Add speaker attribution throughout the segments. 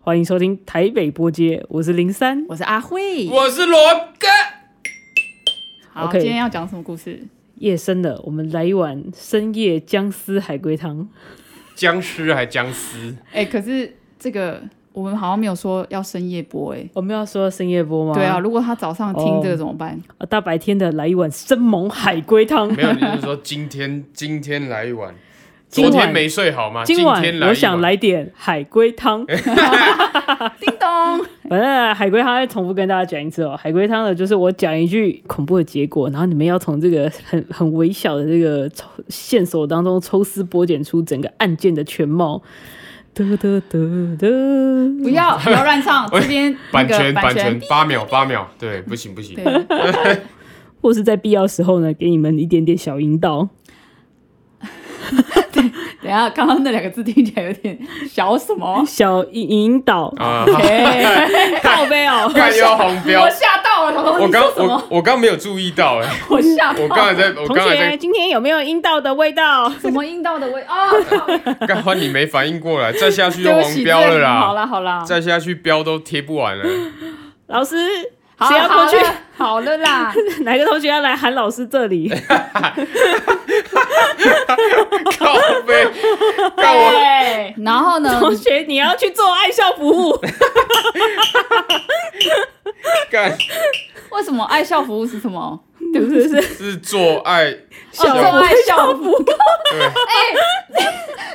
Speaker 1: 欢迎收听台北波街，我是零三。
Speaker 2: 我是阿慧。
Speaker 3: 我是罗哥，
Speaker 2: 好
Speaker 1: OK
Speaker 2: 今天要讲什么故事？
Speaker 1: 夜深了，我们来一碗深夜姜丝海龟汤。
Speaker 3: 僵尸还僵尸，
Speaker 2: 哎、可是这个我们好像没有说要深夜播、哎。
Speaker 1: 我们要说深夜播吗？
Speaker 2: 对啊，，如果他早上听这
Speaker 1: 哦
Speaker 2: 个怎么办？
Speaker 1: 大白天的来一碗生猛海龟汤。
Speaker 3: 没有，你是说今天今天来一碗？
Speaker 1: 今
Speaker 3: 昨
Speaker 1: 晚
Speaker 3: 天没睡好吗？今
Speaker 1: 今晚
Speaker 3: 天来一碗
Speaker 1: 我想来点海龟汤。
Speaker 3: 啊
Speaker 2: 叮咚，
Speaker 1: 反正海龟汤再重复跟大家讲一次哦。海龟汤呢，就是我讲一句恐怖的结果，然后你们要从这个很很微小的这个抽线索当中抽丝剥茧出整个案件的全貌。得得得得，
Speaker 2: 不要不要乱唱，这 边那
Speaker 3: 版
Speaker 2: 个
Speaker 3: 权
Speaker 2: 版
Speaker 3: 版
Speaker 2: 权
Speaker 3: 权。八秒八秒，对，不行不行，
Speaker 2: 对，
Speaker 1: 或是在必要时候呢，给你们一点点小引 导。？
Speaker 2: 等一下刚刚那两个字听起来有点小什么
Speaker 1: 小引引导，
Speaker 3: 啊，
Speaker 2: 哎，
Speaker 1: 靠背哦。
Speaker 3: 看又红标
Speaker 2: 我，吓到了，想说
Speaker 3: 我
Speaker 2: 你
Speaker 3: 刚
Speaker 2: 说什么？
Speaker 3: 我我刚没有注意到哎，
Speaker 2: 我吓到
Speaker 3: 我刚才在我
Speaker 1: 同
Speaker 3: 刚才
Speaker 1: 学，
Speaker 3: 在
Speaker 1: 今天有没有阴道的味道？
Speaker 2: 什么阴道的味 啊？哦
Speaker 3: 刚换你没反应过来，再下去
Speaker 2: 对
Speaker 3: 又
Speaker 2: 不
Speaker 3: 红
Speaker 2: 起，
Speaker 3: 标了
Speaker 2: 这 个好
Speaker 3: 啦，
Speaker 2: 啦好啦，
Speaker 3: 再下去标都贴不完了，
Speaker 1: 老师，
Speaker 2: 好
Speaker 1: 谁要过去？
Speaker 2: 好了好了 啦，
Speaker 1: 哪个同学要来喊老师这里？
Speaker 3: 靠背，看我
Speaker 2: 对。然后呢？
Speaker 1: 同学，你要去做爱校服 务。
Speaker 3: 干
Speaker 2: 为什么爱校服务是什么？
Speaker 1: 对不对？是
Speaker 3: 是做爱
Speaker 2: 哦，做爱校服。
Speaker 3: 对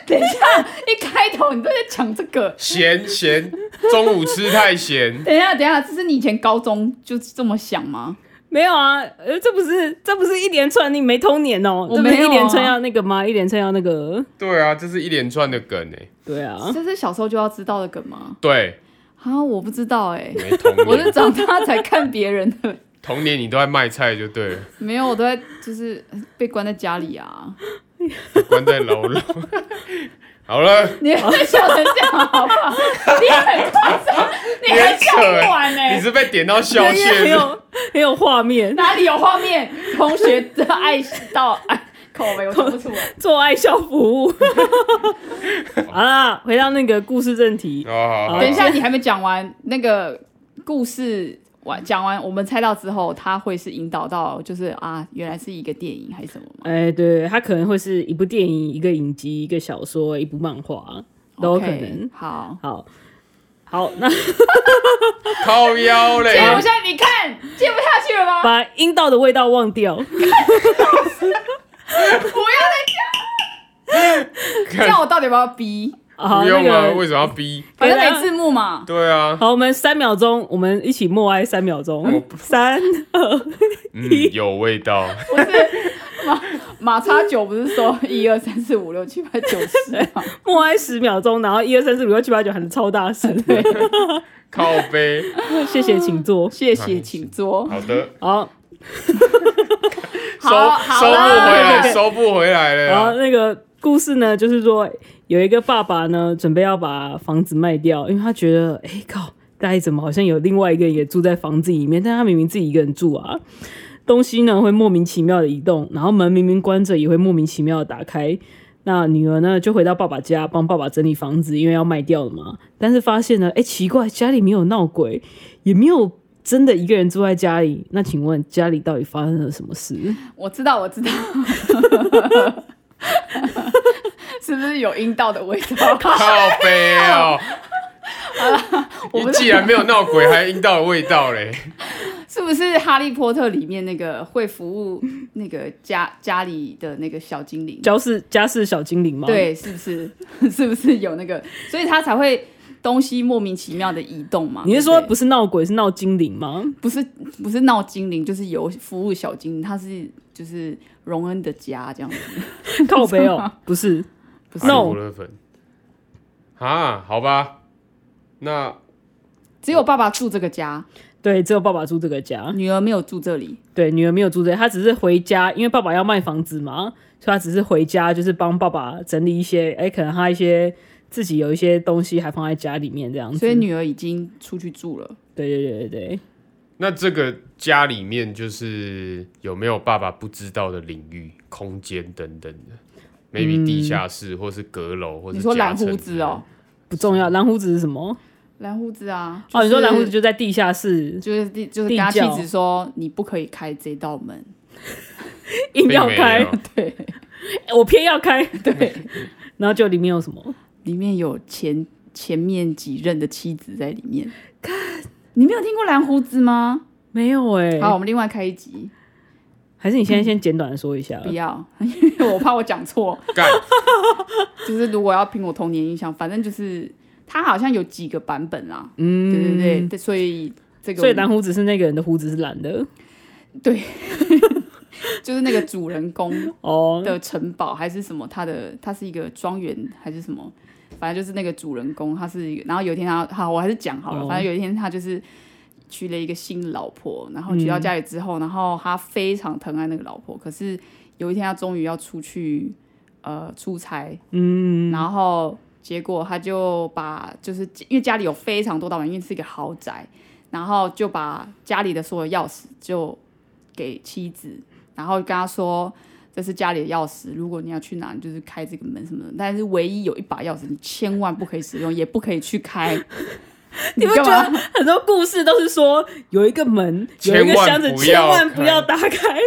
Speaker 2: 等一下，一开头你都在讲这个。
Speaker 3: 咸咸，中午吃太 咸，
Speaker 2: 等一下，等一下，这是你以前高中就这么想吗？
Speaker 1: 没有啊，呃，这不是这不是一连串，你没通年哦、
Speaker 2: 我
Speaker 1: 这不是
Speaker 2: 没有
Speaker 1: 一
Speaker 2: 啊
Speaker 1: 连串要那个吗？一连串要那个，
Speaker 3: 对啊，这是一连串的梗哎，
Speaker 1: 对啊，
Speaker 2: 这是小时候就要知道的梗吗？
Speaker 3: 对。
Speaker 2: 啊，我不知道哎、
Speaker 3: 没童
Speaker 2: 我是
Speaker 3: 年，
Speaker 2: 长大才看别人的，
Speaker 3: 童年你都在卖菜就对了，
Speaker 2: 没有，我都在就是被关在家里啊。
Speaker 3: 关在楼楼。 好了，
Speaker 2: 你会笑成这样好 不好？你很夸张，你还笑不完哎、
Speaker 3: 你是被点到
Speaker 1: 因
Speaker 3: 笑
Speaker 1: 为 很
Speaker 3: 穴是不是？
Speaker 1: 有很有画面，
Speaker 2: 哪里有画面？同学的爱 到爱口碑，我说不出来。
Speaker 1: 做爱校服 务。好啦，回到那个故事正题，
Speaker 3: 哦，好 好好
Speaker 2: 等一下，你还没讲完那个故事完，讲完我们猜到之后，他会是引导到就是啊，原来是一个电影还是什么吗？
Speaker 1: 哎、对，它可能会是一部电影、一个影集、一个小说、一部漫画，都有可
Speaker 2: OK，
Speaker 1: 能。
Speaker 2: 好，
Speaker 1: 好，好，那
Speaker 3: 靠腰嘞
Speaker 2: 哎、，我现在你看接不下去了吗？
Speaker 1: 把阴道的味道忘 掉。
Speaker 2: 不要再讲了，
Speaker 3: 看
Speaker 2: 这样我到底要不要逼？
Speaker 1: 好，那
Speaker 3: 不用啊，
Speaker 1: 个
Speaker 3: 为什么要逼？
Speaker 2: 反正没字幕嘛。
Speaker 3: 对啊，
Speaker 1: 好，我们三秒钟，我们一起默哀三秒
Speaker 3: 哦
Speaker 1: 钟，三二
Speaker 3: 嗯，有味道，
Speaker 2: 不是马马叉九不是说一二三四五六七八九十吗？
Speaker 1: 默哀十秒钟，然后一二三四五六七八九喊的超大声。
Speaker 3: 靠背。
Speaker 1: 谢谢，请坐。
Speaker 2: 谢谢，请坐。
Speaker 3: 好的，
Speaker 1: 好，
Speaker 3: 收
Speaker 2: 好好
Speaker 3: 收不回
Speaker 2: 啦
Speaker 3: 来，收不回来
Speaker 1: 然后
Speaker 3: 了啦。
Speaker 1: 那个故事呢，就是说有一个爸爸呢，准备要把房子卖掉，因为他觉得，哎、靠，家里怎么好像有另外一个人也住在房子里面，但他明明自己一个人住啊。东西呢会莫名其妙的移动，然后门明明关着也会莫名其妙的打开。那女儿呢就回到爸爸家帮爸爸整理房子，因为要卖掉了嘛。但是发现呢，哎、奇怪，家里没有闹鬼，也没有真的一个人住在家里。那请问家里到底发生了什么事？
Speaker 2: 我知道，我知道。 是不是有阴道的味道？
Speaker 3: 靠背 哦，
Speaker 2: 我
Speaker 3: 你
Speaker 2: 不
Speaker 3: 既
Speaker 2: 是，
Speaker 3: 然没有闹鬼，还阴道的味道嘞，
Speaker 2: 是不是《哈利波特》里面那个会服务那个家家里的那个小精灵？
Speaker 1: 家事家事小精灵吗？。
Speaker 2: 对，是不是？ 是不是有那个？所以他才会东西莫名其妙的移动嘛？
Speaker 1: 你是
Speaker 2: 对
Speaker 1: 说
Speaker 2: 对
Speaker 1: 不是闹鬼，是闹精灵 吗？
Speaker 2: 不是不是闹精灵，就是有服务小精灵，他是就是荣恩的家这样子。
Speaker 1: 靠北哦，不是，不
Speaker 3: 哈利波特粉啊，好吧，那
Speaker 2: 只有爸爸住这个家，
Speaker 1: 对，只有爸爸住这个家，
Speaker 2: 女儿没有住这里。
Speaker 1: 对，女儿没有住这，她只是回家，因为爸爸要卖房子嘛，所以她只是回家，就是帮爸爸整理一些，哎、可能他一些自己有一些东西还放在家里面这样子。
Speaker 2: 所以女儿已经出去住了。
Speaker 1: 对对对对对，
Speaker 3: 那这个家里面就是有没有爸爸不知道的领域、空间等等的？maybe 地下室，或是阁楼，或
Speaker 2: 嗯
Speaker 3: 是
Speaker 2: 你说
Speaker 3: 夹
Speaker 2: 蓝
Speaker 3: 层
Speaker 2: 胡子哦，
Speaker 1: 不重要。蓝胡子是什么？
Speaker 2: 蓝胡子啊，
Speaker 1: 哦，你说
Speaker 2: 就是
Speaker 1: 蓝胡子就在地下室，
Speaker 2: 就是地就是
Speaker 1: 地
Speaker 2: 跟他妻
Speaker 1: 窖
Speaker 2: 子说你不可以开这道门，
Speaker 1: 硬要
Speaker 3: 并没
Speaker 1: 开，
Speaker 3: 有
Speaker 2: 对
Speaker 1: 我偏要开，
Speaker 2: 对，
Speaker 1: 然后就里面有什么？
Speaker 2: 里面有前前面几任的妻子在里面。你没有听过蓝胡子吗？
Speaker 1: 没有哎、
Speaker 2: 好，我们另外开一集，
Speaker 1: 还是你 现在先简短的说一下，
Speaker 2: 不要， 因为我怕我讲错。
Speaker 3: 干，
Speaker 2: 就是如果要凭我童年印象，反正就是它好像有几个版本啦。嗯，对对对对，所以这个
Speaker 1: 所以蓝胡子是那个人的胡子是蓝的
Speaker 2: 就是那个主人公
Speaker 1: 哦，
Speaker 2: 的城堡还是什么，他的他是一个庄园还是什么，反正就是那个主人公他是一个，然后有一天他好我还是讲好了，
Speaker 1: 哦
Speaker 2: 反正有一天他就是。娶了一个新老婆，然后娶到家里之后，然后他非常疼爱那个老婆。可是有一天，他终于要出去呃出差，
Speaker 1: 嗯，
Speaker 2: 然后结果他就把就是因为家里有非常多道门，因为是一个豪宅，然后就把家里的所有钥匙就给妻子，然后跟他说这是家里的钥匙，如果你要去哪，你就是开这个门什么的，但是唯一有一把钥匙你千万不可以使用，也不可以去 开。
Speaker 1: 你不
Speaker 2: 干
Speaker 1: 觉
Speaker 2: 嘛
Speaker 1: 得很多故事都是说有一个门，有一个
Speaker 3: 千万
Speaker 1: 箱子，
Speaker 3: 不
Speaker 1: 千
Speaker 3: 要
Speaker 1: 万不
Speaker 3: 开
Speaker 1: 要打开？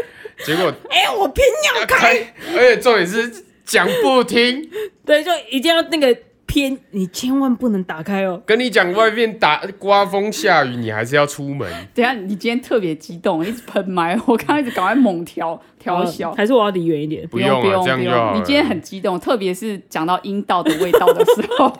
Speaker 3: 结果啊
Speaker 1: 哎、我偏要开，
Speaker 3: 开，而且重点是讲不听，
Speaker 1: 对，就一定要那个偏，你千万不能打开哦。
Speaker 3: 跟你讲外面打刮风下雨，你还是要出门。
Speaker 2: 等一下你今天特别激动，一直喷麦，我刚刚一直赶快猛调调
Speaker 1: 好
Speaker 2: 小。
Speaker 1: 哦还是我要离远一点。
Speaker 3: 不用
Speaker 2: 不
Speaker 3: 了，
Speaker 2: 用
Speaker 3: 这样
Speaker 2: 不
Speaker 3: 就
Speaker 2: 用
Speaker 3: 好了。
Speaker 2: 你今天很激动，特别是讲到阴道的味道的时 候，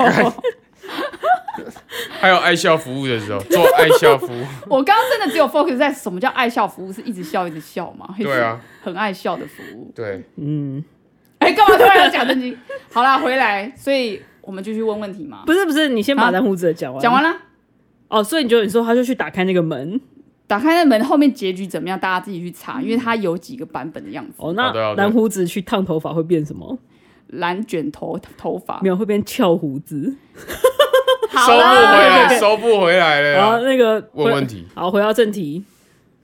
Speaker 3: 还有爱笑服务的时候，做爱笑服务，
Speaker 2: 我刚刚真的只有 focus 在什么叫爱笑服务，是一直笑一直笑嘛？
Speaker 3: 对啊，
Speaker 2: 很爱笑的服务。
Speaker 3: 对，
Speaker 1: 嗯，
Speaker 2: 哎、干嘛突然要讲正经？好啦，回来，所以我们继续问问题嘛。
Speaker 1: 不是不是，你先把
Speaker 2: 啊
Speaker 1: 蓝胡子的讲完。
Speaker 2: 讲完啦，
Speaker 1: 哦，所以你就你说他就去打开那个门。
Speaker 2: 打开那门后面结局怎么样？大家自己去查，因为它有几个版本的样子。
Speaker 1: 哦，
Speaker 3: 好的
Speaker 1: 那
Speaker 3: 好的
Speaker 1: 蓝胡子去烫头发会变什么？
Speaker 2: 蓝卷头头发
Speaker 1: 没，有，会变翘胡子。
Speaker 2: 好
Speaker 3: 收不回
Speaker 2: 啦
Speaker 3: 来，收不回来了
Speaker 1: 然后
Speaker 3: 啦。
Speaker 1: 哦那个
Speaker 3: 问问题，
Speaker 1: 好，回到正题。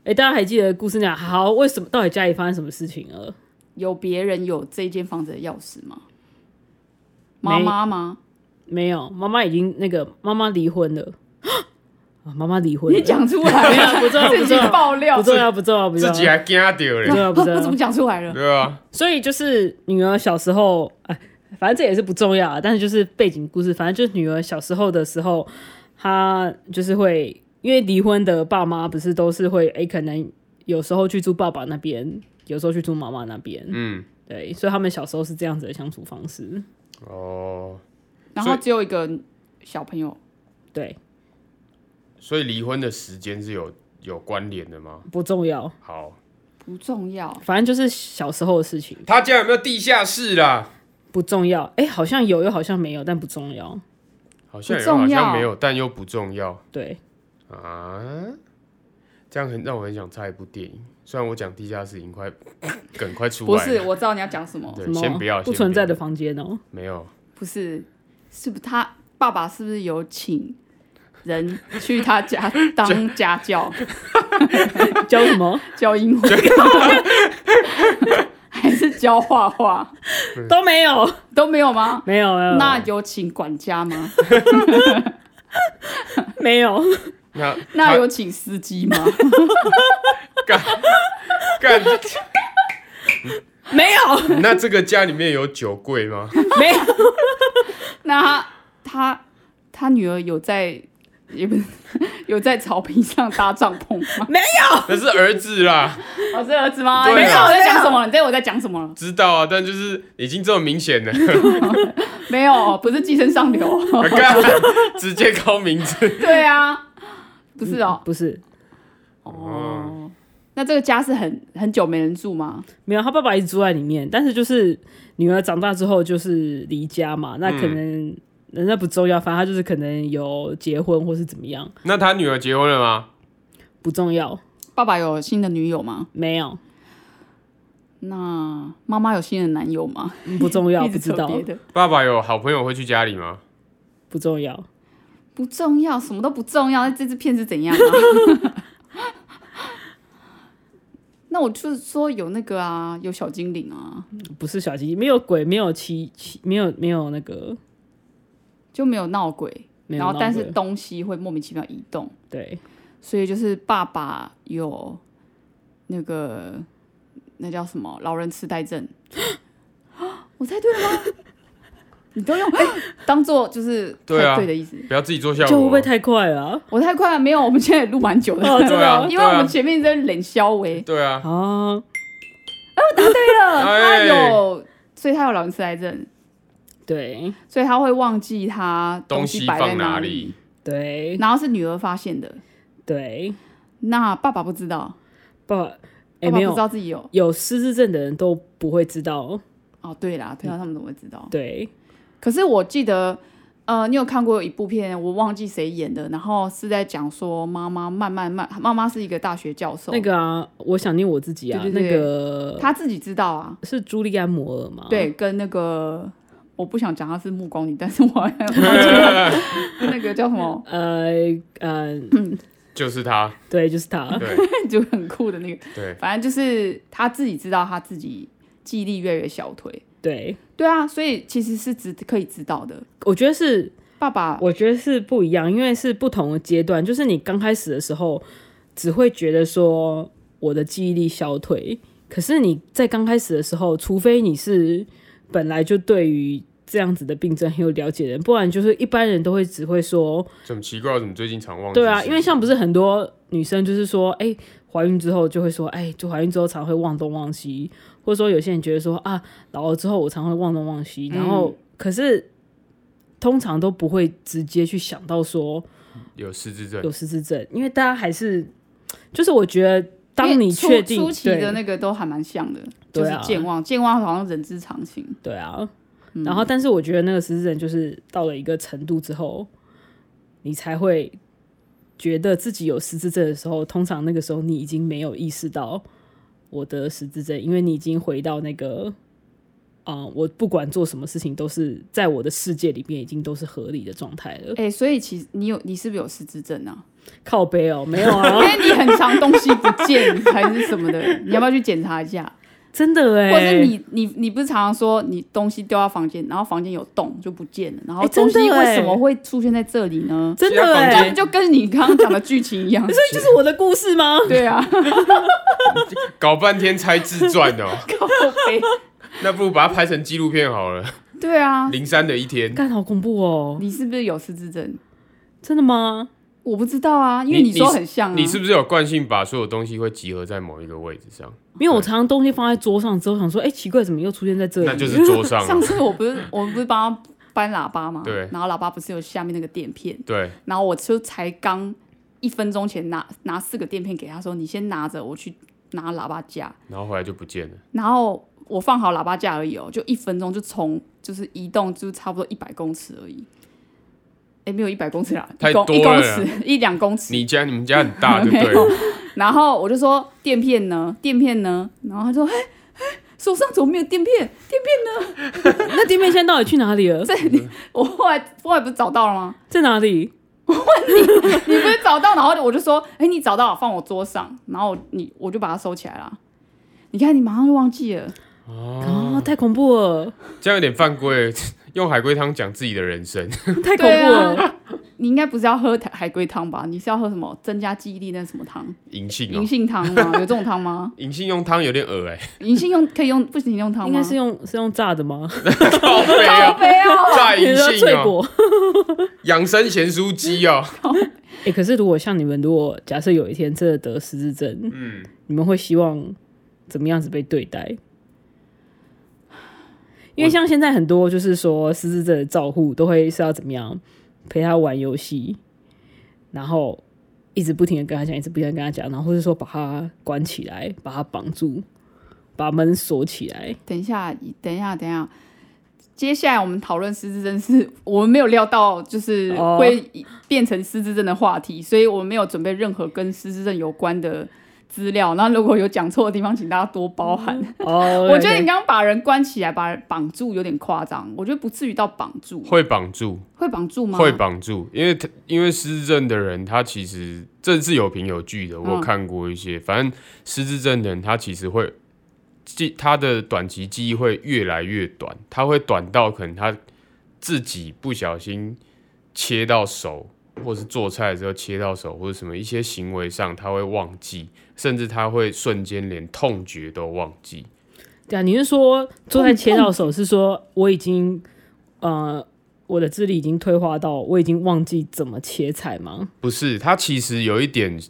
Speaker 1: 哎，大家还记得故事讲好为什么到底家里发生什么事情了？
Speaker 2: 有别人有这间房子的钥匙吗？
Speaker 1: 没
Speaker 2: 妈妈吗？
Speaker 1: 没有，妈妈已经那个妈妈离婚了。 啊，妈妈离婚了，
Speaker 2: 你讲出来
Speaker 1: 没有
Speaker 2: 了，
Speaker 1: 不重要不
Speaker 2: 自己
Speaker 1: 重要
Speaker 2: 爆料
Speaker 1: 不。重要不重要不重
Speaker 3: 自
Speaker 1: 要，
Speaker 3: 己啊还惊到
Speaker 1: 不重
Speaker 3: 嘞，
Speaker 1: 要不
Speaker 2: 我
Speaker 1: 重要
Speaker 2: 怎么。讲出来了？
Speaker 3: 对啊，
Speaker 1: 所以就是女儿小时候，哎，反正这也是不重要啊，但是就是背景故事，反正就是女儿小时候的时候，她就是会因为离婚的爸妈不是都是会哎、可能有时候去住爸爸那边，有时候去住妈妈那边，
Speaker 3: 嗯，
Speaker 1: 对，所以他们小时候是这样子的相处方式，
Speaker 3: 哦，
Speaker 2: 然
Speaker 3: 所
Speaker 2: 后
Speaker 3: 以
Speaker 2: 只有一个小朋友，
Speaker 1: 对，
Speaker 3: 所以离婚的时间是有有关联的吗？
Speaker 1: 不重要，
Speaker 3: 好，
Speaker 2: 不重要。
Speaker 1: 反正就是小时候的事情
Speaker 3: 他家有没有地下室啦？
Speaker 1: 不重要，哎、好像有又好像没有，但不重要，
Speaker 3: 好像
Speaker 2: 不
Speaker 3: 有，
Speaker 2: 重
Speaker 3: 好
Speaker 2: 要
Speaker 3: 像没有，但又不重要
Speaker 1: 对，
Speaker 3: 啊。这样很让我很想猜一部电影，虽然我讲地下室已经快 梗快出
Speaker 2: 不
Speaker 3: 来
Speaker 2: 是，
Speaker 3: 了，
Speaker 2: 我知道你要讲什么。
Speaker 1: 什
Speaker 3: 对，
Speaker 1: 么
Speaker 3: 先不要，
Speaker 1: 不
Speaker 3: 先
Speaker 1: 存在
Speaker 3: 要
Speaker 1: 的房间哦、
Speaker 3: 没有，
Speaker 2: 不是，是不是他爸爸是不是有请人去他家当家教
Speaker 1: 教什么
Speaker 2: 教英文，还是教画画
Speaker 1: 都没有，
Speaker 2: 都没有吗？
Speaker 1: 没有没
Speaker 3: 呃
Speaker 1: 有
Speaker 2: 那有请管家吗？
Speaker 1: 没有。
Speaker 3: 那
Speaker 2: 那
Speaker 3: 他
Speaker 2: 有请司机吗？
Speaker 3: 干干，
Speaker 1: 没有，
Speaker 3: 那这个家里面有酒柜吗？
Speaker 1: 没有，
Speaker 2: 那他他他女儿有在也不是有在草坪上搭帐篷吗？
Speaker 1: 没有，
Speaker 3: 那是儿子啦，
Speaker 2: 我是儿子吗？
Speaker 3: 对啊
Speaker 2: 你知道我在讲什么了？你知道我在讲什么了？
Speaker 3: 知道啊，但就是已经这么明显了，
Speaker 2: 没有，哦不是寄生上 流。
Speaker 3: 干直接靠名字。
Speaker 2: 对啊，不是哦，
Speaker 1: 不是，
Speaker 2: 哦，那这个家是很很久没人住吗？
Speaker 1: 没有。他爸爸一直住在里面，但是就是女儿长大之后就是离家嘛，那可能、
Speaker 3: 嗯
Speaker 1: 那不重要，反正他就是可能有结婚或是怎么样，
Speaker 3: 那他女儿结婚了吗？
Speaker 1: 不重要。
Speaker 2: 爸爸有新的女友吗？
Speaker 1: 没有，
Speaker 2: 那妈妈有新的男友吗？
Speaker 1: 嗯不重要，
Speaker 2: 一
Speaker 1: 不
Speaker 2: 直
Speaker 1: 知
Speaker 2: 扯
Speaker 1: 道，
Speaker 2: 别的，
Speaker 3: 爸爸有好朋友会去家里吗？
Speaker 1: 不重要。
Speaker 2: 不重要，什么都不重要。那这支片是怎样啊？ 那我就是说有那个啊，有小精灵啊，
Speaker 1: 不是小鸡，没有鬼，没有奇奇，没有没有那个，
Speaker 2: 就没有闹鬼，
Speaker 1: 没有
Speaker 2: 然后但是
Speaker 1: 浪费
Speaker 2: 东西会莫名其妙移动，
Speaker 1: 对，
Speaker 2: 所以就是爸爸有那个那叫什么老人痴呆症。我猜对了吗？ 你都用哎当做就是
Speaker 3: 对啊
Speaker 2: 猜对的意思。
Speaker 3: 不要自己做效
Speaker 1: 就
Speaker 3: 果，哦
Speaker 1: 会不会太快了啊、
Speaker 2: 我太快了，没有，我们现在也录蛮久的，
Speaker 1: 哦真
Speaker 3: 对
Speaker 1: 的
Speaker 3: 啊
Speaker 1: 哦，
Speaker 2: 因为我
Speaker 3: 对
Speaker 2: 们
Speaker 3: 啊
Speaker 2: 前面一直在冷消微。
Speaker 3: 对啊，
Speaker 1: 哦，
Speaker 2: 对了，他
Speaker 3: 哎
Speaker 2: 有，所以他有老人痴呆症，
Speaker 1: 对
Speaker 2: 所以他会忘记他
Speaker 3: 东
Speaker 2: 西
Speaker 3: 西
Speaker 2: 摆在
Speaker 3: 放哪
Speaker 2: 里，
Speaker 3: 里？
Speaker 1: 对
Speaker 2: 然后是女儿发现的，
Speaker 1: 对，
Speaker 2: 那爸爸不知道，
Speaker 1: 爸爸，
Speaker 2: 爸
Speaker 1: 哎，没
Speaker 2: 爸不知
Speaker 1: 有，
Speaker 2: 道自己有。
Speaker 1: 有失智症的人都不会知道，
Speaker 2: 哦，对啦，对啦，他们怎么会知道？
Speaker 1: 对，
Speaker 2: 可是我记得，呃，你有看过一部片，我忘记谁演的，然后是在讲说妈妈慢慢慢，妈妈是一个大学教授，
Speaker 1: 那个啊，我想念我自己啊，
Speaker 2: 对对对
Speaker 1: 那个
Speaker 2: 她自己知道啊，
Speaker 1: 是朱莉安·摩尔吗？
Speaker 2: 对，跟那个我不想讲她是暮光女，但是我好像忘记了 那个叫什么，
Speaker 1: 呃呃，
Speaker 3: 就 是他，
Speaker 1: 对，就是他，
Speaker 3: 对
Speaker 2: 就很酷的那个，
Speaker 3: 对，
Speaker 2: 反正就是她自己知道她自己记忆力越来越小腿，
Speaker 1: 对，
Speaker 2: 对啊，所以其实是知可以知道的，
Speaker 1: 我觉得是，
Speaker 2: 爸爸
Speaker 1: 我觉得是不一样，因为是不同的阶段，就是你刚开始的时候，只会觉得说我的记忆力消退，可是你在刚开始的时候，除非你是本来就对于。这样子的病症很有了解的人，不然就是一般人都会只会说，
Speaker 3: 怎么奇怪？怎么最近常忘记事情？
Speaker 1: 对啊，因为像不是很多女生就是说，哎、怀孕之后就会说，哎、就怀孕之后常会忘东忘西，或者说有些人觉得说啊，老了之后我常会忘东忘西，
Speaker 2: 嗯
Speaker 1: 然后、可是通常都不会直接去想到说
Speaker 3: 有失智症
Speaker 1: 有，失智症，因为大家还是就是我觉得
Speaker 2: 因
Speaker 1: 当
Speaker 2: 为
Speaker 1: 你
Speaker 2: 初
Speaker 1: 确定
Speaker 2: 初期
Speaker 1: 对
Speaker 2: 的那个都还蛮像的，就
Speaker 1: 对
Speaker 2: 是
Speaker 1: 啊
Speaker 2: 健忘，健忘好像人之常情。
Speaker 1: 对啊，然后但是我觉得那个失智症就是到了一个程度之后，你才会觉得自己有失智症的时候，通常那个时候你已经没有意识到我得失智症，因为你已经回到那个。啊、我不管做什么事情，都是在我的世界里面，已经都是合理的状态了。
Speaker 2: 哎、所以其实你有，你是不是有失智症啊？
Speaker 1: 靠背哦，没有
Speaker 2: 因
Speaker 1: 啊，
Speaker 2: 为你很长东西不见还是什么的，你要不要去检查一下？
Speaker 1: 真的哎、
Speaker 2: 或者是你你你不是常常说你东西丢到房间，然后房间有洞就不见了，然后
Speaker 1: 哎真
Speaker 2: 东
Speaker 1: 的
Speaker 2: 西为
Speaker 1: 哎
Speaker 2: 什么会出现在这里呢？
Speaker 1: 真的
Speaker 3: 其他
Speaker 1: 哎、
Speaker 3: 房
Speaker 2: 这
Speaker 3: 间
Speaker 2: 就跟你刚刚讲的剧情一 样，
Speaker 1: 所以就是我的故事吗？
Speaker 2: 对啊，
Speaker 3: 搞半天猜自传哦，
Speaker 2: 靠北
Speaker 3: 那不如把它拍成纪录片好了，
Speaker 2: 对啊，
Speaker 3: 零三的一天。
Speaker 1: 干好恐怖哦！
Speaker 2: 你是不是有失智症？
Speaker 1: 真的吗？
Speaker 2: 我不知道啊，因为
Speaker 3: 你
Speaker 2: 你说
Speaker 3: 你是
Speaker 2: 很
Speaker 1: 嗯
Speaker 2: 像啊，
Speaker 3: 你是不是有惯性把所有东西会集合在某一个位置上？
Speaker 1: 因为我常常东西放在桌上之后，想说，哎、奇怪，怎么又出现在这里？
Speaker 3: 那就是桌上
Speaker 2: 上
Speaker 3: 了。
Speaker 2: 次我不是我们不是帮他搬喇叭嘛，
Speaker 3: 啊对
Speaker 2: 然后喇叭不是有下面那个垫片，
Speaker 3: 对，
Speaker 2: 然后我就才刚一分钟前拿拿四个垫片给他说，你先拿着，我去拿喇叭架，
Speaker 3: 然后回来就不见了。
Speaker 2: 然后我放好喇叭架而已哦，就一分钟就从就是移动就差不多一百公尺而已，哎，没有一百公尺啦，一
Speaker 3: 太
Speaker 2: 公
Speaker 3: 多
Speaker 2: 一公
Speaker 3: 了
Speaker 2: 尺一两公尺，
Speaker 3: 你家你们家很大 就
Speaker 2: 没
Speaker 3: 对
Speaker 2: 有
Speaker 3: 了，。
Speaker 2: 然后我就说垫片呢，垫片呢，然后他说，哎哎，手上怎么没有垫片？
Speaker 1: 那店面现在到底去哪里了？在
Speaker 2: 我后来后来不是找到了吗？
Speaker 1: 在哪里？
Speaker 2: 你不是找到，然后我就说，哎、你找到了放我桌上，然后你我就把它收起来了。你看，你马上就忘记了，
Speaker 3: 哦
Speaker 1: 啊，太恐怖了，
Speaker 3: 这样有点犯规。 用海龟汤讲自己的人生，
Speaker 1: 太恐怖了！
Speaker 2: 你应该不是要喝海龟汤吧？你是要喝什么增加记忆力那什么汤？
Speaker 3: 银杏
Speaker 2: 银
Speaker 3: 哦，
Speaker 2: 杏汤吗？有这种汤吗？
Speaker 3: 银杏用汤有点恶哎、
Speaker 2: 银杏用可以用，不行用汤吗？
Speaker 1: 应该是用是用炸的吗？
Speaker 3: 靠背
Speaker 2: 咖
Speaker 3: 啊，
Speaker 2: 啡哦。
Speaker 3: 炸
Speaker 1: 比
Speaker 3: 银
Speaker 1: 如 说
Speaker 3: 杏
Speaker 1: 脆
Speaker 3: 哦，
Speaker 1: 果。
Speaker 3: 养生咸酥鸡哦，
Speaker 1: 哎、可是如果像你们，如果假设有一天真的得失智症，
Speaker 3: 嗯，
Speaker 1: 你们会希望怎么样子被对待？因为像现在很多就是说失智症的照护都会是要怎么样陪他玩游戏，然后一直不停的跟他讲，一直不停的跟他讲，然后或者说把他关起来，把他绑住，把门锁起 来。
Speaker 2: 等一下，等一下，等一下。接下来我们讨论失智症是，我们没有料到就是
Speaker 1: 哦
Speaker 2: 会变成失智症的话题，所以我们没有准备任何跟失智症有关的资料。那如果有讲错的地方，请大家多包涵。
Speaker 1: 哦，
Speaker 2: 我觉得你刚刚把人关起来，把人绑住有点夸张，我觉得不至于到绑住，
Speaker 3: 会绑住，
Speaker 2: 会绑住吗？
Speaker 3: 会绑住，因为他因为失智症的人，他其实这是有凭有据的，我有
Speaker 2: 嗯
Speaker 3: 看过一些，反正失智症的人他其实会记他的短期记忆会越来越短，他会短到可能他自己不小心切到手，或是做菜的时候切到手，或者什么一些行为上，他会忘记，甚至他会瞬间连痛觉都忘记。
Speaker 1: 对啊，你是说坐在切到手是说我已经呃我的智力已经退化到我已经忘记怎么切菜吗？
Speaker 3: 不是，他其实有一点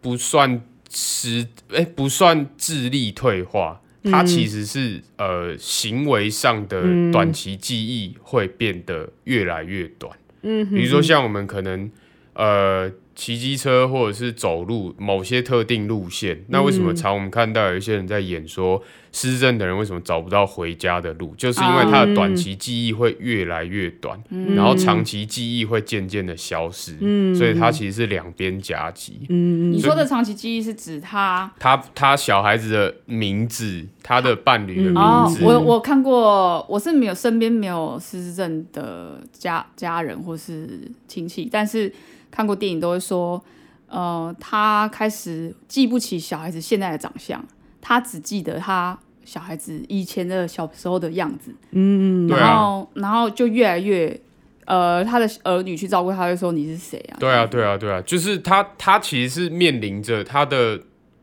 Speaker 3: 不算失，哎、不算智力退化，他其实是、呃行为上的短期记忆会变得越来越短。嗯，比如说像我们可能呃骑机车或者是走路某些特定路线，那为什么常我们看到有一些人在演说失政的人为什么找不到回家的路，就是因为他的短期记忆会越来越短，
Speaker 2: 嗯
Speaker 3: 然后长期记忆会渐渐的消失，所以它其实是两边夹击。
Speaker 2: 你说的长期记忆是指他
Speaker 3: 他他小孩子的名字，他的伴侣的名
Speaker 2: 哦，
Speaker 3: 字，
Speaker 2: 我我看过，我是没有身边没有失智症的家家人或是亲戚，但是看过电影都会说，呃，他开始记不起小孩子现在的长相，他只记得他小孩子以前的小时候的样子，
Speaker 3: 对
Speaker 2: 然
Speaker 3: 啊，
Speaker 2: 后然后就越来越，呃，他的儿女去照顾他，会说你是谁啊？
Speaker 3: 对啊，对啊，对啊，就是他他其实是面临着他的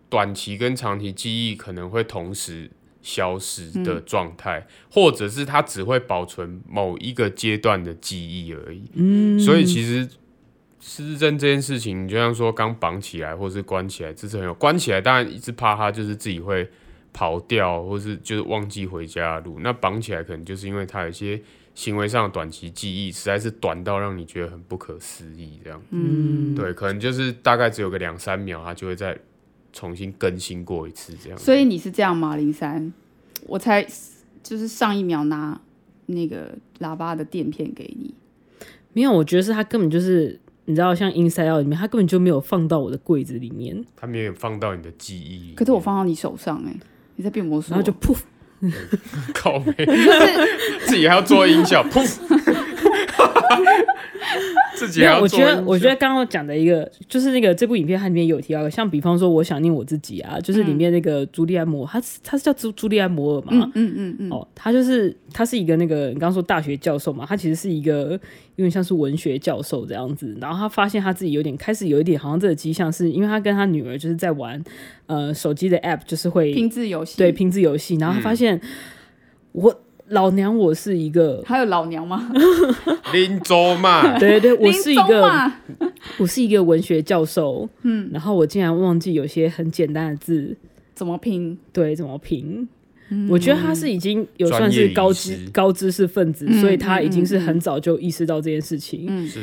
Speaker 3: 短期跟长期记忆可能会同时消失
Speaker 2: 嗯
Speaker 3: 的状态，或者是他只会保存某一个阶段的记忆而已。嗯，所以其实。失智症这件事情，你就像说刚绑起来或是关起来，这是很有关起来。当然，一直怕他就是自己会跑掉，或是就是忘记回家的路。那绑起来可能就是因为他有一些行为上的短期记忆，实在是短到让你觉得很不可思议。这样，嗯，对，可能就是大概只有个两三秒，他就会再重新更新过一次这样。
Speaker 2: 所以你是这样吗，林珊？我才就是上一秒拿那个喇叭的垫片给你，
Speaker 1: 没有，我觉得是他根本就是你知道，像 Inside Out 里面，他根本就没有放到我的柜子里面，
Speaker 3: 他没有放到你的记忆里面，
Speaker 2: 可是我放到你手上哎、你在变魔术
Speaker 1: 然
Speaker 2: 哦、
Speaker 1: 后就噗，
Speaker 3: 靠背，自己还要做音效，噗，自己
Speaker 1: 没
Speaker 3: 还
Speaker 1: 有，
Speaker 3: 要
Speaker 1: 我
Speaker 3: 做
Speaker 1: 觉
Speaker 3: 音
Speaker 1: 得
Speaker 3: 效，
Speaker 1: 我觉得刚刚讲的一个就是那个这部影片它里面有提到的，像比方说我想念我自己啊，就是里面那个朱利安摩，他他是叫朱朱利安摩尔嘛，
Speaker 2: 嗯嗯嗯嗯，
Speaker 1: 哦，他就是他是一个那个你刚刚说大学教授嘛，他其实是一个有点像是文学教授这样子。然后他发现他自己有点开始有一点好像这个迹象，是因为他跟他女儿就是在玩呃手机的 app，就是会
Speaker 2: 拼字游戏
Speaker 1: 对，拼字游戏，然后他发现、我老娘我是一 个。
Speaker 2: 还有老娘吗？
Speaker 3: 林州 嘛，
Speaker 1: 对对对，我是一
Speaker 2: 林宗啊
Speaker 1: 个，
Speaker 2: 嘛
Speaker 1: 我是一个文学教授，嗯，然后我竟然忘记有些很简单的字，
Speaker 2: 怎么拼？
Speaker 1: 对，怎么评？
Speaker 2: 嗯
Speaker 1: 我觉得他是已经有算是高
Speaker 3: 专业
Speaker 1: 知
Speaker 3: 医师
Speaker 1: 高知识分子，
Speaker 2: 嗯
Speaker 1: 所以他已经是很早就意识到这件事情。
Speaker 3: 是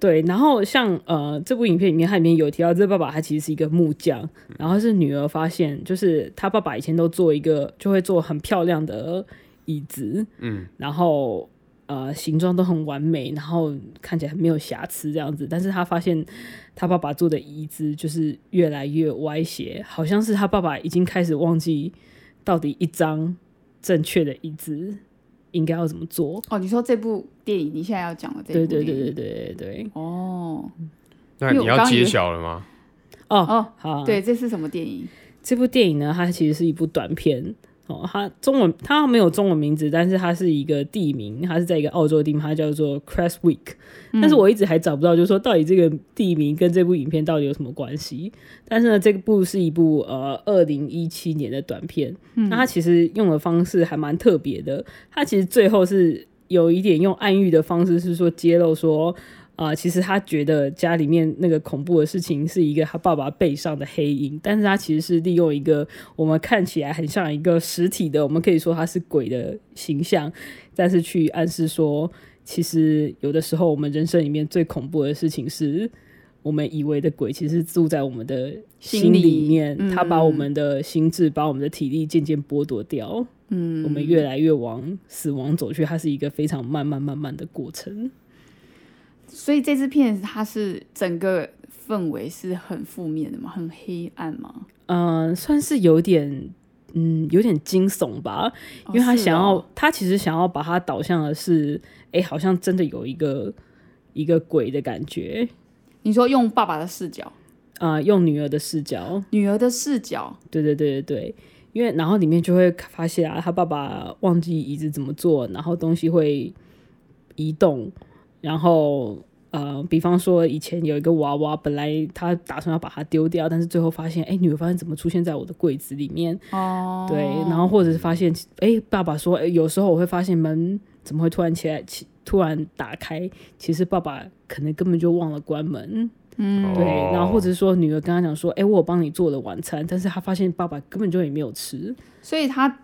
Speaker 1: 对，然后像呃这部影片里面，它里面有提到这爸爸他其实是一个木匠，然后是女儿发现，就是他爸爸以前都做一个就会做很漂亮的椅子，嗯，然后呃形状都很完美，然后看起来没有瑕疵这样子，但是他发现他爸爸做的椅子就是越来越歪斜，好像是他爸爸已经开始忘记到底一张正确的椅子应该要怎么做。
Speaker 2: 哦，你说这部电影，你现在要讲的这
Speaker 1: 对
Speaker 2: 部
Speaker 1: 对
Speaker 2: 电影，
Speaker 1: 对对对对对，
Speaker 2: 哦，
Speaker 3: 那
Speaker 2: 因为我
Speaker 3: 你要
Speaker 2: 刚以为
Speaker 3: 揭晓了吗？
Speaker 1: 哦
Speaker 2: 哦
Speaker 1: 好，
Speaker 2: 对，这是什么电影？
Speaker 1: 这部电影呢，它其实是一部短片哦，它中文它没有中文名字，但是它是一个地名，它是在一个澳洲的地名，它叫做 Creswick。但
Speaker 2: 嗯
Speaker 1: 是我一直还找不到，就是说到底这个地名跟这部影片到底有什么关系？但是呢，这部是一部呃二零一七年的短片，那它其实用的方式还蛮特别的，它其实最后是有一点用暗喻的方式，是说揭露说。啊、其实他觉得家里面那个恐怖的事情是一个他爸爸背上的黑影，但是他其实是利用一个我们看起来很像一个实体的，我们可以说它是鬼的形象，但是去暗示说，其实有的时候我们人生里面最恐怖的事情是。我们以为的鬼，其实住在我们的心
Speaker 2: 心里
Speaker 1: 里面，
Speaker 2: 嗯
Speaker 1: 他把我们的心智、把我们的体力渐渐剥夺掉，
Speaker 2: 嗯，
Speaker 1: 我们越来越往死亡走去。它是一个非常慢慢慢慢的过程。
Speaker 2: 所以这支片它是整个氛围是很负面的嘛，很黑暗嘛，
Speaker 1: 嗯，算是有点，嗯，有点惊悚吧，因为他
Speaker 2: 哦是
Speaker 1: 想要，
Speaker 2: 哦
Speaker 1: 他其实想要把它导向的是，哎、好像真的有一个一个鬼的感觉，
Speaker 2: 你说用爸爸的视角，
Speaker 1: 啊、用女儿的视角，
Speaker 2: 女儿的视角，
Speaker 1: 对对对对对，因为然后里面就会发现啊，他爸爸忘记椅子怎么做，然后东西会移动，然后呃，比方说以前有一个娃娃，本来他打算要把它丢掉，但是最后发现，哎、女儿发现怎么出现在我的柜子里面？
Speaker 2: 哦，
Speaker 1: 对，然后或者是发现，哎、爸爸说、哎有时候我会发现门怎么会突然起来，起突然打开，其实爸爸可能根本就忘了关门。
Speaker 2: 嗯，
Speaker 1: 对，
Speaker 3: 哦
Speaker 1: 然后或者是说女儿跟他讲说，哎、我有帮你做了晚餐，但是他发现爸爸根本就也没有吃。
Speaker 2: 所以他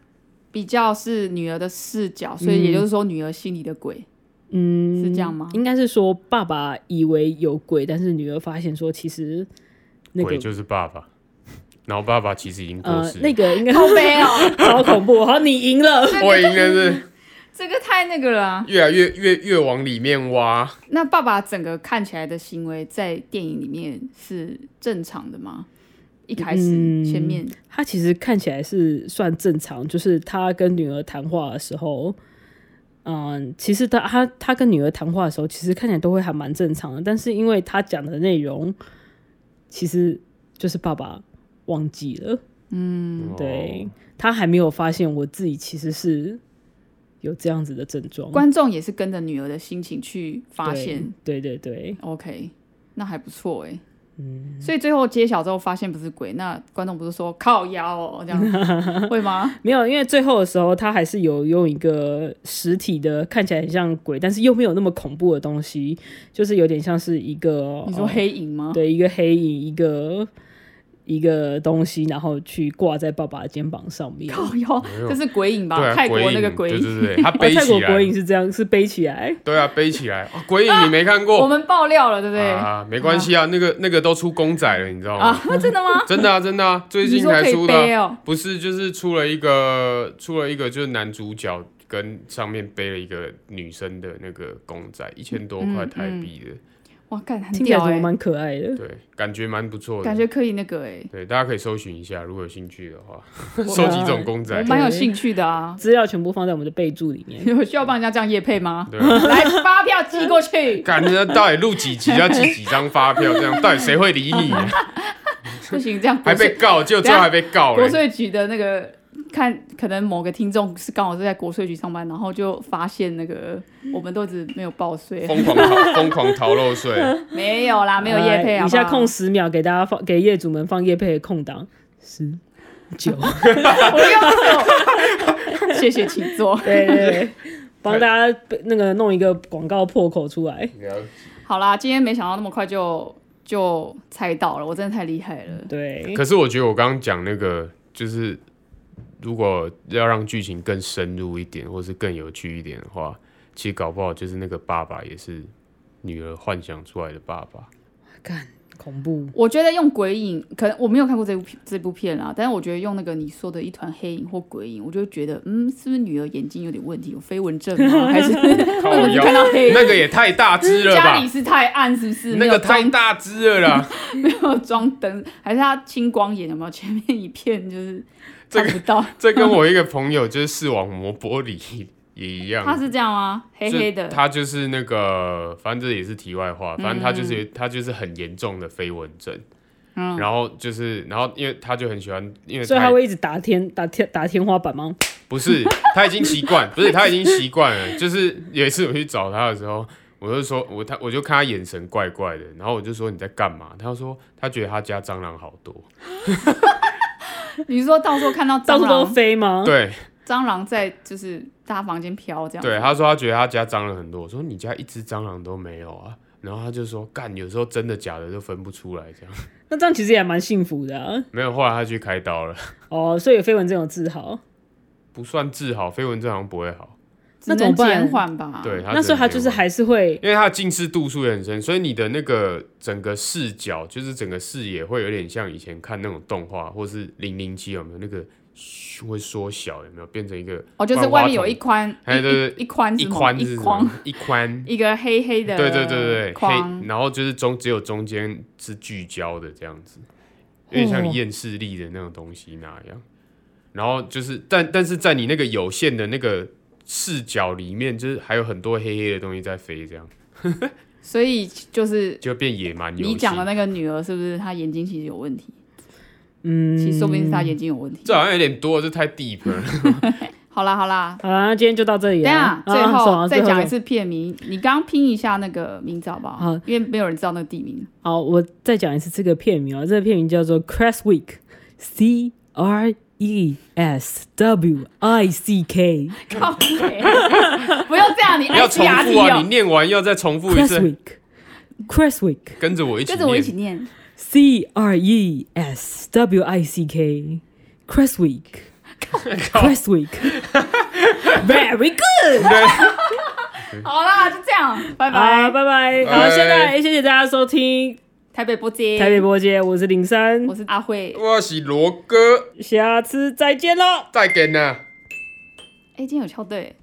Speaker 2: 比较是女儿的视角，所以也就是说女儿心里的鬼， 嗯，是这样吗？
Speaker 1: 应该是说爸爸以为有鬼，但是女儿发现说其实那个
Speaker 3: 鬼就是爸爸，然后爸爸其实已经过
Speaker 1: 呃
Speaker 3: 世了，
Speaker 1: 那个应该
Speaker 2: 好悲哦，
Speaker 1: 超恐怖。好，你赢了。
Speaker 3: 我应该是
Speaker 2: 这个太那个了啊、
Speaker 3: 越来越越越往里面挖。
Speaker 2: 那爸爸整个看起来的行为在电影里面是正常的吗？一开始、
Speaker 1: 嗯
Speaker 2: 前面
Speaker 1: 他其实看起来是算正常，就是他跟女儿谈话的时候，嗯，其实他他他跟女儿谈话的时候，其实看起来都会还蛮正常的，但是因为他讲的内容，其实就是爸爸忘记了，
Speaker 2: 嗯
Speaker 3: 哦
Speaker 1: 对、他还没有发现我自己其实是有这样子的症状，
Speaker 2: 观众也是跟着女儿的心情去发现。
Speaker 1: 对对对
Speaker 2: OK，那还不错哎、嗯，所以最后揭晓之后发现不是鬼，那观众不是说靠腰哦 这样，会吗
Speaker 1: 对，？没有，因为最后的时候他还是有用一个实体的，看起来很像鬼，但是又没有那么恐怖的东西，就是有点像是一个
Speaker 2: 你说
Speaker 1: 呃
Speaker 2: 黑影吗？
Speaker 1: 对一个黑影一个。一个东西，然后去挂在爸爸的肩膀上面。
Speaker 2: 靠腰，这是鬼影吧？
Speaker 3: 对啊，
Speaker 2: 泰国那个
Speaker 3: 鬼
Speaker 2: 鬼
Speaker 3: 影，
Speaker 2: 影。
Speaker 3: 对对对，他
Speaker 1: 哦，
Speaker 3: 背
Speaker 1: 泰
Speaker 3: 起
Speaker 1: 国国
Speaker 3: 来
Speaker 1: 影，是这样，是背起来。
Speaker 3: 对啊，背起来。哦鬼影你没看
Speaker 2: 我
Speaker 3: 过
Speaker 2: 们爆料了，对不对？
Speaker 3: 啊？没关系啊，那个那个都出公仔了，你知道吗？
Speaker 2: 啊， 真的吗？
Speaker 3: 真的啊，真的啊， 最
Speaker 2: 你
Speaker 3: 近
Speaker 2: 说
Speaker 3: 才
Speaker 2: 可
Speaker 3: 出
Speaker 2: 以
Speaker 3: 的啊、
Speaker 2: 背哦，
Speaker 3: 不是，就是出了一个，出了一个，就是男主角跟上面背了一个女生的那个公仔，一千多
Speaker 2: 嗯
Speaker 3: 块台币的，
Speaker 2: 哇，干很
Speaker 1: 听起来
Speaker 2: 屌
Speaker 1: 怎么
Speaker 2: 哎、
Speaker 1: 蛮可爱的？
Speaker 3: 对，感觉蛮不错的。
Speaker 2: 感觉可以那个哎、
Speaker 3: 对，大家可以搜寻一下，如果有兴趣的 话，收集这种公仔
Speaker 2: 我。蛮有兴趣的啊。
Speaker 1: 资料全部放在我们的备注里面。
Speaker 2: 有需要帮人家这样夜配吗？
Speaker 3: 对 啊，。
Speaker 2: 来，发票寄过去
Speaker 3: 感觉到底录几集要寄几张发票，这样到底谁会理 你、啊？
Speaker 2: 不行，这样国
Speaker 3: 还
Speaker 2: 税
Speaker 3: 被告，就最后还被告
Speaker 2: 国
Speaker 3: 了。
Speaker 2: 税局的那个看，可能某个听众是刚好是在国税局上班，然后就发现那个我们都只没有报税，
Speaker 3: 疯狂逃，疯狂逃漏税，
Speaker 2: 没有
Speaker 1: 哎
Speaker 2: 啦，没有夜配啊。
Speaker 1: 以下空十秒给大家放，给业主们放夜配的空档，十 九，
Speaker 2: 我又没有。 谢谢，请坐。
Speaker 1: 对对对，帮大家那个弄一个广告破口出来。
Speaker 2: 好啦，今天没想到那么快就就猜到了，我真的太厉害了。
Speaker 1: 对，
Speaker 3: 可是我觉得我刚刚讲那个，就是如果要让剧情更深入一点，或是更有趣一点的话，其实搞不好就是那个爸爸也是女儿幻想出来的爸爸。
Speaker 1: 看恐怖，
Speaker 2: 我觉得用鬼影，可能我没有看过这部片这部片啦，但是我觉得用那个你说的一团黑影或鬼影，我就会觉得，嗯，是不是女儿眼睛有点问题，有飞蚊症吗？ 还是
Speaker 3: 靠
Speaker 2: 为什么只
Speaker 3: 腰
Speaker 2: 看到黑影？
Speaker 3: 那个也太大只了
Speaker 2: 家
Speaker 3: 吧
Speaker 2: 里！是太暗，是不是？
Speaker 3: 那
Speaker 2: 没有
Speaker 3: 个太
Speaker 2: 装
Speaker 3: 大只了啦，
Speaker 2: 没有装灯，还是他青光眼？有没有前面一片就是
Speaker 3: 这
Speaker 2: 看不到？
Speaker 3: 这跟我一个朋友就是视网膜玻璃 也一样。
Speaker 2: 他是这样吗？黑黑的
Speaker 3: 就，他就是那个，反正这也是题外话，反正他就是、他就是很严重的飞蚊症，
Speaker 2: 嗯
Speaker 3: 然后就是然后因为他就很喜欢，因为
Speaker 1: 所以
Speaker 3: 他
Speaker 1: 他会一直打天打天打天花板吗？
Speaker 3: 不是他已经习惯，不是他已经习惯了，就是有一次我去找他的时候。我就说，我他我就看他眼神怪怪的，然后我就说你在干嘛？他说他觉得他家蟑螂好多，
Speaker 2: 你说到时候看到
Speaker 1: 到
Speaker 2: 蟑
Speaker 1: 处都
Speaker 2: 螂，
Speaker 1: 飞吗？
Speaker 3: 对
Speaker 2: 蟑螂在就是大家房间飘这样，
Speaker 3: 对，，他啊说他觉得他家蟑螂很多。我说你家一只蟑螂都没有啊？然后他就说干，有时候真的假的都分不出来这样。
Speaker 1: 那这样其实也蛮幸福的啊、
Speaker 3: 没有，后来他去开刀了。
Speaker 1: 哦。所以有飞蚊症有治好，
Speaker 3: 不算治好，飞蚊症好像不会好。
Speaker 2: 只
Speaker 1: 那怎
Speaker 2: 能
Speaker 1: 么办
Speaker 2: 减缓吧。
Speaker 3: 对，啊它
Speaker 1: 那时候他就是
Speaker 3: 只能
Speaker 1: 还是会
Speaker 3: 因为它的近视度数也很深，所以你的那个整个视角，就是整个视野会有点像以前看那种动画，或是零零七有没有那个嘘会缩小，有没有变成一个
Speaker 2: 哦，就是外面有一宽，
Speaker 3: 哎
Speaker 2: 一
Speaker 3: 对对
Speaker 2: 一一宽
Speaker 3: 一
Speaker 2: 是吗
Speaker 3: 宽
Speaker 2: 一
Speaker 3: 是什
Speaker 2: 框
Speaker 3: 么，一宽，
Speaker 2: 一个黑黑的，
Speaker 3: 对对对对，
Speaker 2: 框
Speaker 3: 黑，。然后就是中只有中间是聚焦的这样子，有点像你厌视力的那种东西那样。然后就是，但但是在你那个有限的那个视角里面，就是还有很多黑黑的东西在飞，这样
Speaker 2: 所以就是
Speaker 3: 就变野嗯蛮游戏。
Speaker 2: 你讲的那个女儿，是不是她眼睛其实有问题？嗯，其实说不定是她眼睛有问题。
Speaker 3: 这好像有点多，这太 deep 了。
Speaker 2: 好啦好啦，
Speaker 1: 好啦，那今天就到这里
Speaker 2: 等
Speaker 1: 了。
Speaker 2: 一下
Speaker 1: 啊
Speaker 2: 最
Speaker 1: 什么
Speaker 2: 后再
Speaker 1: 最后
Speaker 2: 讲一
Speaker 1: 什么
Speaker 2: 次片名，你刚刚拼一下那个名字好不好
Speaker 1: 好？
Speaker 2: 因为没有人知道那个地 名。
Speaker 1: 好，我再讲一次这个片名哦，这个片名叫做 Crest Week，C R E S W I C K
Speaker 2: 靠北， 不要这样，你
Speaker 3: 要
Speaker 2: 爱吃
Speaker 3: 重
Speaker 2: 牙
Speaker 3: 复啊！你
Speaker 2: 哦。
Speaker 3: 念完要再重复一
Speaker 1: Crest
Speaker 3: 次，
Speaker 1: Week，Crest Week。
Speaker 3: 跟着我一起
Speaker 2: 跟着我一起
Speaker 3: 念。
Speaker 2: 念，
Speaker 1: C R E S W I C K Crest Week Crest Week Very good
Speaker 2: 好啦，就这样，拜
Speaker 1: 啊，
Speaker 2: 拜。
Speaker 1: 拜拜好，现在谢谢大家收听
Speaker 2: 台北波接，
Speaker 1: 台北，波街，我是林珊
Speaker 2: 我，是阿慧。
Speaker 3: 我是罗哥，
Speaker 1: 下次再见喽。
Speaker 3: 再见啦。啊
Speaker 2: 哎，今天有敲对。